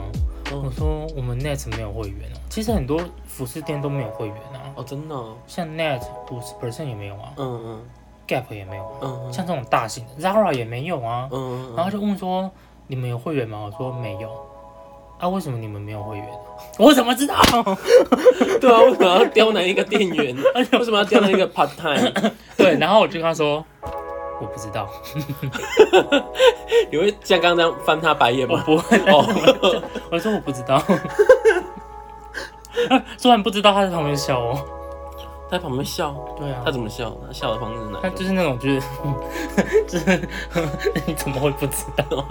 Speaker 2: 嗯
Speaker 1: 我说我们 Net 没有会员哦、其实很多服饰店都没有会员啊，
Speaker 2: 哦，真的哦，
Speaker 1: 像 Net 五十 percent 也没有啊
Speaker 2: 嗯嗯
Speaker 1: ，Gap 也没有啊，
Speaker 2: 嗯嗯
Speaker 1: 像这种大型的 Zara 也没有啊。
Speaker 2: 嗯，嗯
Speaker 1: 然后就问说你们有会员吗？我说没有。啊，为什么你们没有会员？ <laughs> 我怎么知道？
Speaker 2: 对啊，为什么要刁难一个店
Speaker 1: <laughs>
Speaker 2: 员？
Speaker 1: 哎
Speaker 2: 为什么要刁难一个 part time？
Speaker 1: 对，然后我就跟他说，我不知道，
Speaker 2: 你会像刚刚那样翻他白眼
Speaker 1: 我
Speaker 2: 吗？
Speaker 1: 不会。
Speaker 2: 哦，
Speaker 1: <laughs> 我说我不知道。说完不知道，他在旁边笑哦。
Speaker 2: 他在旁边笑，
Speaker 1: 对啊
Speaker 2: 他，怎么笑？他笑的方式是哪
Speaker 1: 他
Speaker 2: 一
Speaker 1: 就
Speaker 2: 种？
Speaker 1: 是那种就是 <laughs> 就是 <laughs> 你怎么会不知道？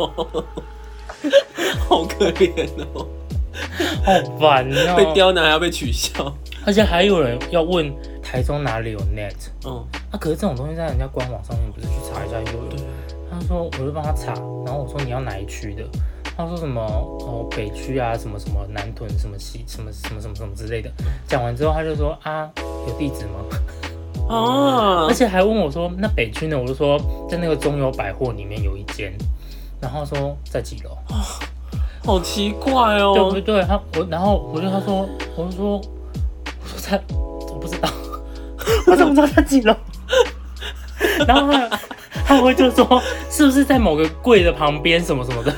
Speaker 2: <laughs> 好可怜哦，
Speaker 1: 好烦
Speaker 2: 被
Speaker 1: 哦。
Speaker 2: 刁难还要被取笑。
Speaker 1: 而且还有人要问台中哪里有 net
Speaker 2: 嗯，
Speaker 1: 啊？可是这种东西在人家官网上面不是去查一下就有
Speaker 2: 对？，
Speaker 1: 他说我就帮他查，然后我说你要哪一区的，他说什么哦北区啊，什么什么南屯什么西什么什么什么什么之类的。讲完之后他就说啊有地址吗？
Speaker 2: 啊
Speaker 1: 而，且还问我说那北区呢？我就说在那个中友百货里面有一间，然后说在几楼，
Speaker 2: 好奇怪
Speaker 1: 对
Speaker 2: 哦
Speaker 1: 不，对？他我然后我就他说我就说我说在我不知道， <laughs> 我怎么知道在几楼？ <laughs> 然后他他会就说是不是在某个柜的旁边什么什么 <gasps> 的？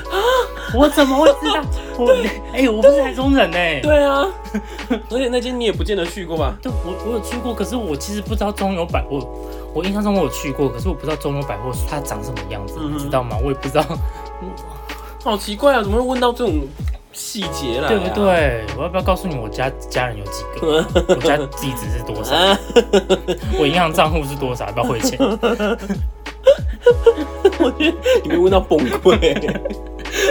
Speaker 1: 我怎么会知 <laughs> 道？我哎、我不是台中人呢、
Speaker 2: 对啊， <laughs> 而且那间你也不见得去过吧？
Speaker 1: 对，我我有去过，可是我其实不知道中友百货，我印象中我有去过，可是我不知道中友百货它长什么样子，
Speaker 2: 嗯
Speaker 1: 你知道吗？我也不知道，
Speaker 2: 好奇怪啊，怎么会问到这种细节来、啊？
Speaker 1: 对不对？我要不要告诉你我家家人有几 <laughs>
Speaker 2: <laughs>
Speaker 1: 个？我家地址是多少？
Speaker 2: 啊，
Speaker 1: 我银行账户是多少？要不要汇钱？
Speaker 2: 你被问到崩溃。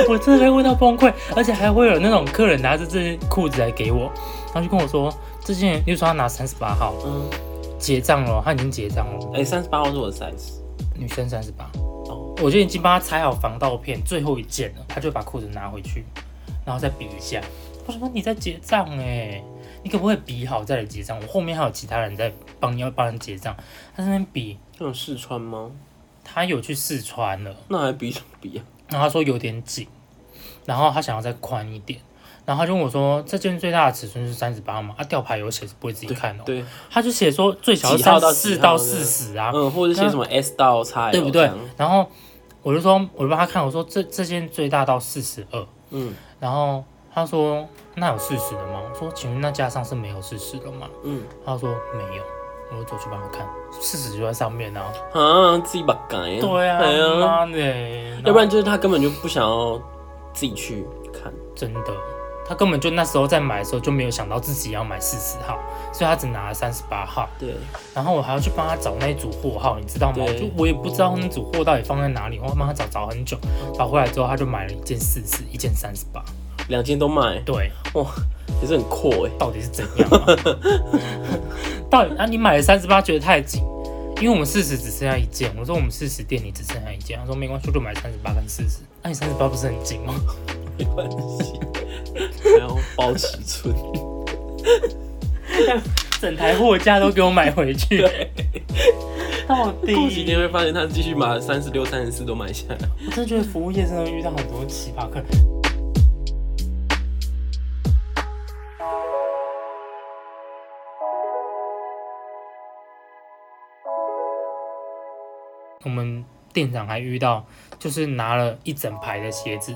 Speaker 1: 我真的被问到崩溃，而且还会有那种客人拿着这件裤子来给我，然后就跟我说这件，例如说他拿三十八号
Speaker 2: 嗯，
Speaker 1: 结账了，他已经结账了，
Speaker 2: <laughs> 哎，三十八号是我的 size。
Speaker 1: 女生三十八，
Speaker 2: 哦，
Speaker 1: 我就已经帮他裁好防盗片最后一件了，他就把裤子拿回去，然后再比一下。我说你在结账哎、你可不可以比好再来结账？我后面还有其他人在帮你要帮人结账，他在那边比，
Speaker 2: 那种试穿吗？
Speaker 1: 他有去试穿了。
Speaker 2: 那还比什么比啊？
Speaker 1: 然后他说有点紧，然后他想要再宽一点，然后他就问我说这件最大的尺寸是三十八嘛？啊，吊牌有写是不会自己看哦，
Speaker 2: 对，
Speaker 1: 他就写说最小
Speaker 2: 几号
Speaker 1: 三
Speaker 2: 到
Speaker 1: 十
Speaker 2: 几
Speaker 1: 四
Speaker 2: 号
Speaker 1: 到
Speaker 2: 对
Speaker 1: 四十啊，
Speaker 2: 嗯，或者写什么 S 到 XL，
Speaker 1: 对不
Speaker 2: 这
Speaker 1: 对
Speaker 2: 样？
Speaker 1: 然后我就说，我就帮他看，我说这这件最大到四十二，
Speaker 2: 嗯
Speaker 1: 然后他说那有四十的吗？我说请问那架上是没有四十的吗？
Speaker 2: 嗯，
Speaker 1: 他说没有，我就走去帮他看，四十就在上面啊，
Speaker 2: 啊，自己把改。
Speaker 1: 对啊，
Speaker 2: 哎呀，
Speaker 1: 妈的，
Speaker 2: 要不然就是他根本就不想要自己去看。
Speaker 1: 真的，他根本就那时候在买的时候就没有想到自己要买四十号，所以他只拿了三十八号。
Speaker 2: 对，
Speaker 1: 然后我还要去帮他找那一组货号，你知道吗？
Speaker 2: 对
Speaker 1: 我就我也不知道那组货到底放在哪里，我帮他找找很久，找回来之后他就买了一件四十，一件三十八。
Speaker 2: 两间都卖，
Speaker 1: 对，
Speaker 2: 哇，也是很阔哎。
Speaker 1: 到底是怎样、啊？到底啊，你买了三十八觉得太紧，因为我们四十只剩下一件。我说我们四十店里只剩下一件，他说没关系，我就买三十八跟四十。那、你三十八不是很紧吗？
Speaker 2: 没关系，还要包尺寸。
Speaker 1: 整台货架都给我买回 <laughs> 去，到底？
Speaker 2: 过几天会发现他继续把三十六、三十四都买下来。
Speaker 1: 我真的觉得服务业真的遇到很多奇葩客人。我们店长还遇到，就是拿了一整排的鞋子，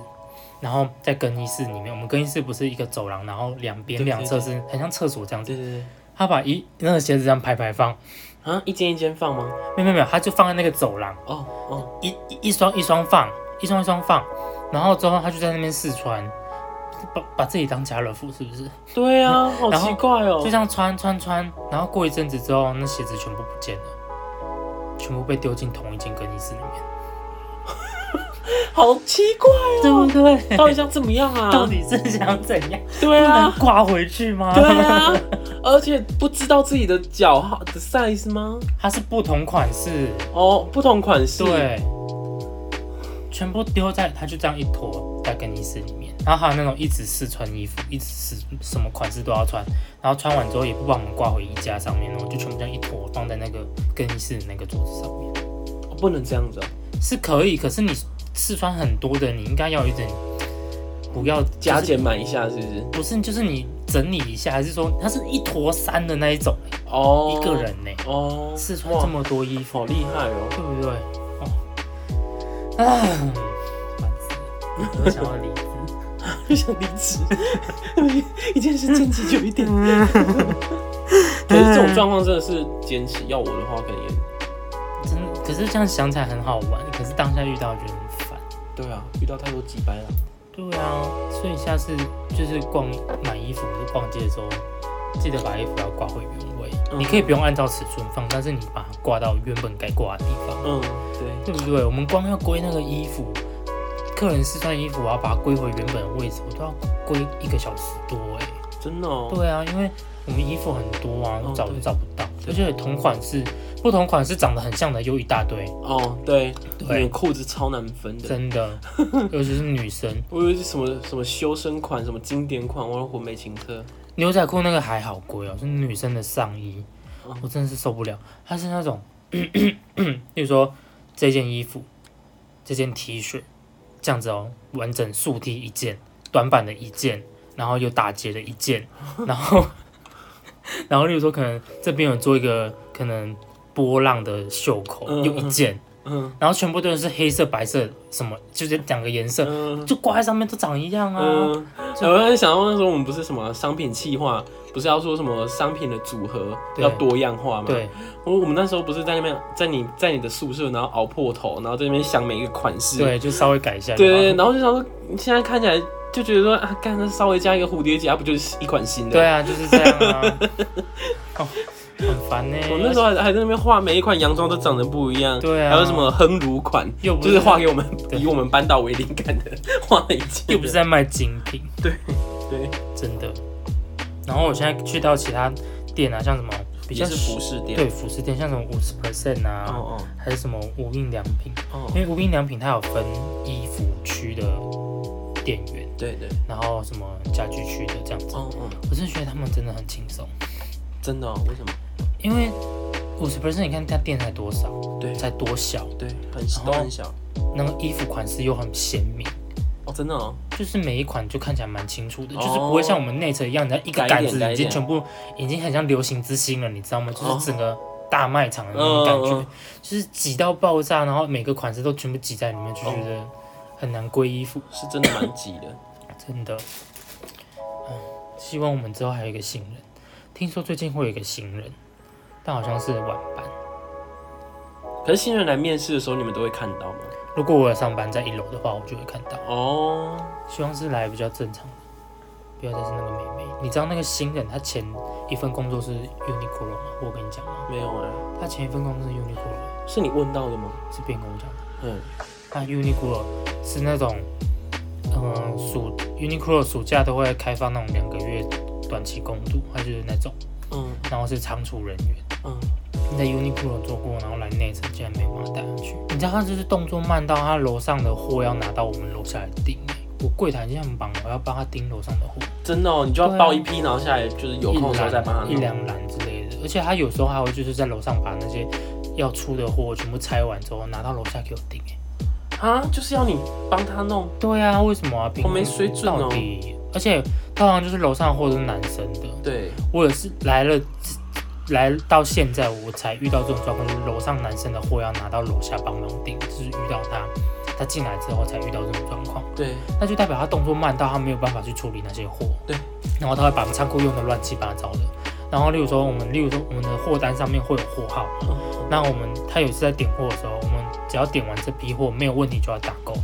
Speaker 1: 然后在更衣室里面，我们更衣室不是一个走廊，然后两边
Speaker 2: 对对
Speaker 1: 两侧是很像厕所这样子，
Speaker 2: 对对对，
Speaker 1: 他把一那个鞋子这样排排放，
Speaker 2: 啊，一间一间放吗？
Speaker 1: 没有没有没有，他就放在那个走廊。
Speaker 2: 哦哦，
Speaker 1: 一一一双一双放，一双一双放，然后之后他就在那边试穿，把把自己当家乐福是不是？
Speaker 2: 对啊，好
Speaker 1: 然后
Speaker 2: 奇怪哦
Speaker 1: 就。这样穿穿穿，然后过一阵子之后，那鞋子全部不见了，全部被丢进同一间更衣室里面。
Speaker 2: 好奇怪
Speaker 1: 对不
Speaker 2: 哦、
Speaker 1: 对？
Speaker 2: <laughs> 到底想怎么样啊？
Speaker 1: 到底是想怎样？
Speaker 2: 对
Speaker 1: 不能
Speaker 2: 啊，
Speaker 1: 挂回去吗？
Speaker 2: 对啊，而且不知道自己的脚号的 size 吗？
Speaker 1: 它是不同款式，
Speaker 2: 哦，不同款式，
Speaker 1: 对，全部丢在它就这样一坨在更衣室里面，然后还有那种一直试穿衣服，一直试什么款式都要穿，然后穿完之后也不帮我们挂回衣架上面，然后就全部这样一坨放在那个更衣室的那个桌子上面，
Speaker 2: 哦不能这样子、哦，
Speaker 1: 是可以，可是你试穿很多的，你应该要有一点不要就是
Speaker 2: 加减买一下是不是？
Speaker 1: 不是就是你整理一下，还是说它是一坨山的那一种、
Speaker 2: 哦，
Speaker 1: 一个人呢、
Speaker 2: 哦，
Speaker 1: 试穿这么多衣服
Speaker 2: 哇，好，厉害哦。
Speaker 1: 对不对？哦，啊，烦死了，我想要离职。 <laughs>
Speaker 2: 就想离职， <laughs> 一件事坚持久一点。
Speaker 1: 嗯
Speaker 2: <laughs> 可是这种状况真的是坚持，要我的话可能也
Speaker 1: 真的，可是这样想起来很好玩，可是当下遇到觉得很烦。
Speaker 2: 对啊，遇到太多鸡掰了。
Speaker 1: 对啊，所以下次就是逛买衣服或者逛街的时候，记得把衣服要挂回原位。
Speaker 2: 嗯
Speaker 1: 你可以不用按照尺寸放，但是你把它挂到原本该挂的地方，
Speaker 2: 嗯，对，
Speaker 1: 对不对？我们光要归那个衣服，客人试穿衣服，我要把它归回原本的位置，我都要归一个小时多哎、
Speaker 2: 真的哦。
Speaker 1: 对啊，因为我们衣服很多啊，
Speaker 2: 哦
Speaker 1: 找都
Speaker 2: 对
Speaker 1: 找不到，而
Speaker 2: 对
Speaker 1: 且同款式、不同款式长得很像的又一大堆，
Speaker 2: 哦，对，你
Speaker 1: 对
Speaker 2: 的裤子超难分的。
Speaker 1: 真
Speaker 2: <laughs>
Speaker 1: 的，尤其是女生
Speaker 2: 我以为是什么什么修身款、什么经典款，我要混美情科。
Speaker 1: 牛仔裤那个还好贵哦，是女生的上衣
Speaker 2: 哦，
Speaker 1: 我真的是受不了。它是那种， <coughs> 例如说这件衣服、这件 T 恤这样子哦，完整竖 T 一件，短版的一件，然后有打结的一件，然后 <laughs> 然后例如说可能这边有做一个可能波浪的袖口，
Speaker 2: 嗯
Speaker 1: 有一件，
Speaker 2: 嗯
Speaker 1: 然后全部都是黑色、白色什么，就是两个颜色，
Speaker 2: 嗯
Speaker 1: 就挂在上面都长一样啊。
Speaker 2: 嗯，哎我在想到那时候我们不是什么商品企划，不是要说什么商品的组合
Speaker 1: 对
Speaker 2: 要多样化吗？
Speaker 1: 对，
Speaker 2: 我我们那时候不是在那边，在你在你的宿舍，然后熬破头，然后在那边想每一个款式，
Speaker 1: 对，就稍微改一下。
Speaker 2: 对
Speaker 1: 就好
Speaker 2: 对，然后就想说，你现在看起来就觉得说啊，干那稍微加一个蝴蝶结，啊不就是一款新的？
Speaker 1: 对啊，就是这样啊。
Speaker 2: <laughs>
Speaker 1: 哦，很烦欸呢、
Speaker 2: 我那时候还还在那边画每一款洋装都长得不一样，
Speaker 1: 对啊
Speaker 2: 还有什么亨儒款，
Speaker 1: 又不
Speaker 2: 就是是画给我们
Speaker 1: 对
Speaker 2: 以我们班导为灵感的画了一件，
Speaker 1: 又不是在卖精品，
Speaker 2: 对，
Speaker 1: 真的。然后我现在去到其他店啊，像什么比较
Speaker 2: 也是服饰店，
Speaker 1: 对服饰店，像什么五十 percent 啊，
Speaker 2: 哦哦
Speaker 1: 还是什么无印良品，因
Speaker 2: 哦，
Speaker 1: 为无印良品它有分衣服区的店员，
Speaker 2: 对对，
Speaker 1: 然后什么家具区的这样子。
Speaker 2: 哦哦，
Speaker 1: 我是觉得他们真的很轻松，
Speaker 2: 真的哦，为什么？
Speaker 1: 因为五十 percent 你看它店才多少，
Speaker 2: 对
Speaker 1: 才哦多小，
Speaker 2: 对，很
Speaker 1: 然
Speaker 2: 都
Speaker 1: 后
Speaker 2: 很小，
Speaker 1: 那个衣服款式又很鲜明。
Speaker 2: 哦，真的哦，
Speaker 1: 就是每一款就看起来蛮清楚的，
Speaker 2: 哦
Speaker 1: 就是不会像我们内测一样，你知道一个
Speaker 2: 改一
Speaker 1: 杆子
Speaker 2: 点改
Speaker 1: 已
Speaker 2: 一
Speaker 1: 经
Speaker 2: 点
Speaker 1: 全部已经很像流行之星了，你知道吗？就
Speaker 2: 哦
Speaker 1: 是整个大卖场的那种感
Speaker 2: 嗯嗯
Speaker 1: 觉
Speaker 2: 嗯，
Speaker 1: 就是挤到爆炸，然后每个款式都全部挤在里面，就觉得很难归衣服，
Speaker 2: 是真的蛮挤的，
Speaker 1: 真的。唉希望我们之后还有一个新人，听说最近会有一个新人，但好像是晚班。
Speaker 2: 可是新人来面试的时候，你们都会看到吗？
Speaker 1: 如果我有上班在一楼的话，我就会看到。
Speaker 2: 哦，
Speaker 1: 希望是来比较正常的，不要再是那个妹妹。你知道那个新人他前一份工作是 Uniqlo 吗？我跟你讲吗？
Speaker 2: 没有哎，
Speaker 1: 他前一份工作是 Uniqlo，
Speaker 2: 是你问到的吗？
Speaker 1: 是别人跟我讲的。
Speaker 2: 嗯，
Speaker 1: 他 Uniqlo 是那种，嗯，暑 Uniqlo 暑假都会开放那种两个月短期工读，他就是那种，
Speaker 2: 嗯
Speaker 1: 然后是仓储人员。
Speaker 2: 嗯，
Speaker 1: 你在 Uniqlo 做过，然后来内层，竟然没有办法带他去。你知道他就是动作慢到他楼上的货要拿到我们楼下来订、欸我柜台已经很忙，我要帮他订楼上的货。
Speaker 2: 真的哦，你就要
Speaker 1: 对啊
Speaker 2: 报一批，然后下来就是有
Speaker 1: 一
Speaker 2: 空的时候再帮他
Speaker 1: 篮一
Speaker 2: 弄。
Speaker 1: 两篮之类的，而且他有时候还会就是在楼上把那些要出的货全部拆完之后拿到楼下给我订、欸。
Speaker 2: 啊，就是要你帮他弄，
Speaker 1: 对啊，为什么啊？
Speaker 2: 好没水准哦
Speaker 1: 到底，而且通常就是楼上的货都是男生的，
Speaker 2: 对，
Speaker 1: 我也是来了。来到现在，我才遇到这种状况，就是楼上男生的货要拿到楼下帮忙订，就是遇到他，他进来之后才遇到这种状况，
Speaker 2: 对，
Speaker 1: 那就代表他动作慢到他没有办法去处理那些货。
Speaker 2: 对，
Speaker 1: 然后他会把仓库用的乱七八糟的。然后，例如说我们，例如说我们的货单上面会有货号，
Speaker 2: 嗯
Speaker 1: 那我们他有一次在点货的时候，我们只要点完这批货没有问题就要打勾。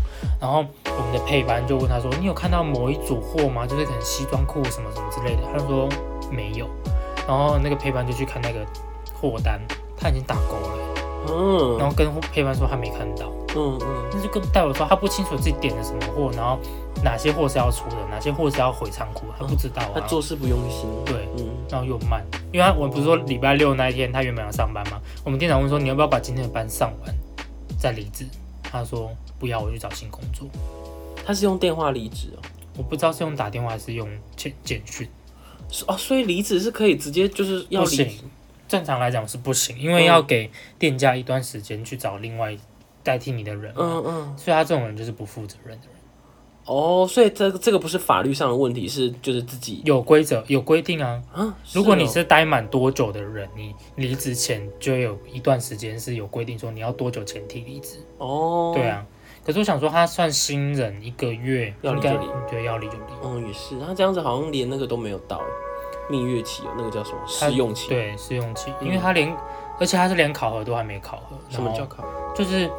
Speaker 1: 然后我们的配班就问他说：“你有看到某一组货吗？就是可能西装裤什么什么之类的。”他就说没有。然后那个配班就去看那个货单，他已经打勾了。然
Speaker 2: 嗯
Speaker 1: 后跟配班说他没看到，
Speaker 2: 嗯嗯，
Speaker 1: 那就跟代表说他不清楚自己点了什么货，然后哪些货是要出的，哪些货是要回仓库，他不知道
Speaker 2: 他
Speaker 1: 啊。
Speaker 2: 做事不用心。
Speaker 1: 对，
Speaker 2: 嗯
Speaker 1: 然后又慢，因为他我们不是说礼拜六那一天他原本要上班嘛，我们店长问说你要不要把今天的班上完再离职，他说不要，我去找新工作。
Speaker 2: 他是用电话离职哦，
Speaker 1: 我不知道是用打电话还是用简简讯，
Speaker 2: 是哦，所以离职是可以直接就是要
Speaker 1: 不
Speaker 2: 离职
Speaker 1: 行，正常来讲是不行，因为要给店家一段时间去找另外代替你的人嘛、
Speaker 2: 嗯嗯，
Speaker 1: 所以他这种人就是不负责任的人。
Speaker 2: 哦，所以这个这个不是法律上的问题，是就是自己
Speaker 1: 有规则有规定啊，
Speaker 2: 啊。
Speaker 1: 如果
Speaker 2: 哦
Speaker 1: 你是待满多久的人，你离职前就有一段时间是有规定说你要多久前提离职。
Speaker 2: 哦，
Speaker 1: 对，啊，可是我想说，他算新人，一个月
Speaker 2: 要离
Speaker 1: 应该
Speaker 2: 就离
Speaker 1: 对，要离就离。
Speaker 2: 嗯也是，他这样子好像连那个都没有到欸蜜月期哦，那个叫什么试用期？，
Speaker 1: 对，试用期，
Speaker 2: 嗯
Speaker 1: 因为他连，而且他是连考核都还没考核。
Speaker 2: 什么
Speaker 1: 然后
Speaker 2: 叫考？
Speaker 1: 就是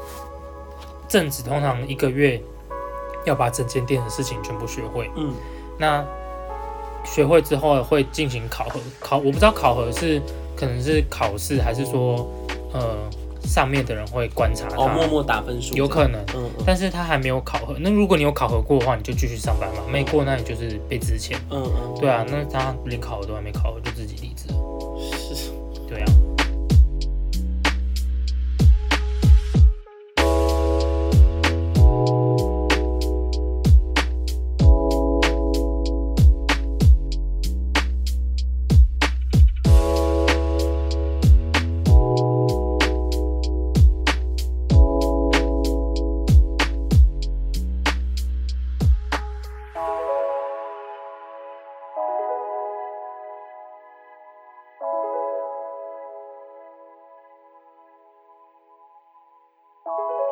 Speaker 1: 正职通常一个月要把整间店的事情全部学会。
Speaker 2: 嗯
Speaker 1: 那学会之后会进行考核，考我不知道考核是可能是考试，还是说呃上面的人会观察他，
Speaker 2: 哦，默默打分数，
Speaker 1: 有可能。
Speaker 2: 这样，嗯
Speaker 1: 但是他还没有考核，那如果你有考核过的话，你就继续上班嘛。没过，那你就是被之前。
Speaker 2: 嗯嗯
Speaker 1: 对啊，那他连考核都还没考核就自己离职了。
Speaker 2: 嗯，是，
Speaker 1: 对啊。
Speaker 3: Thank you.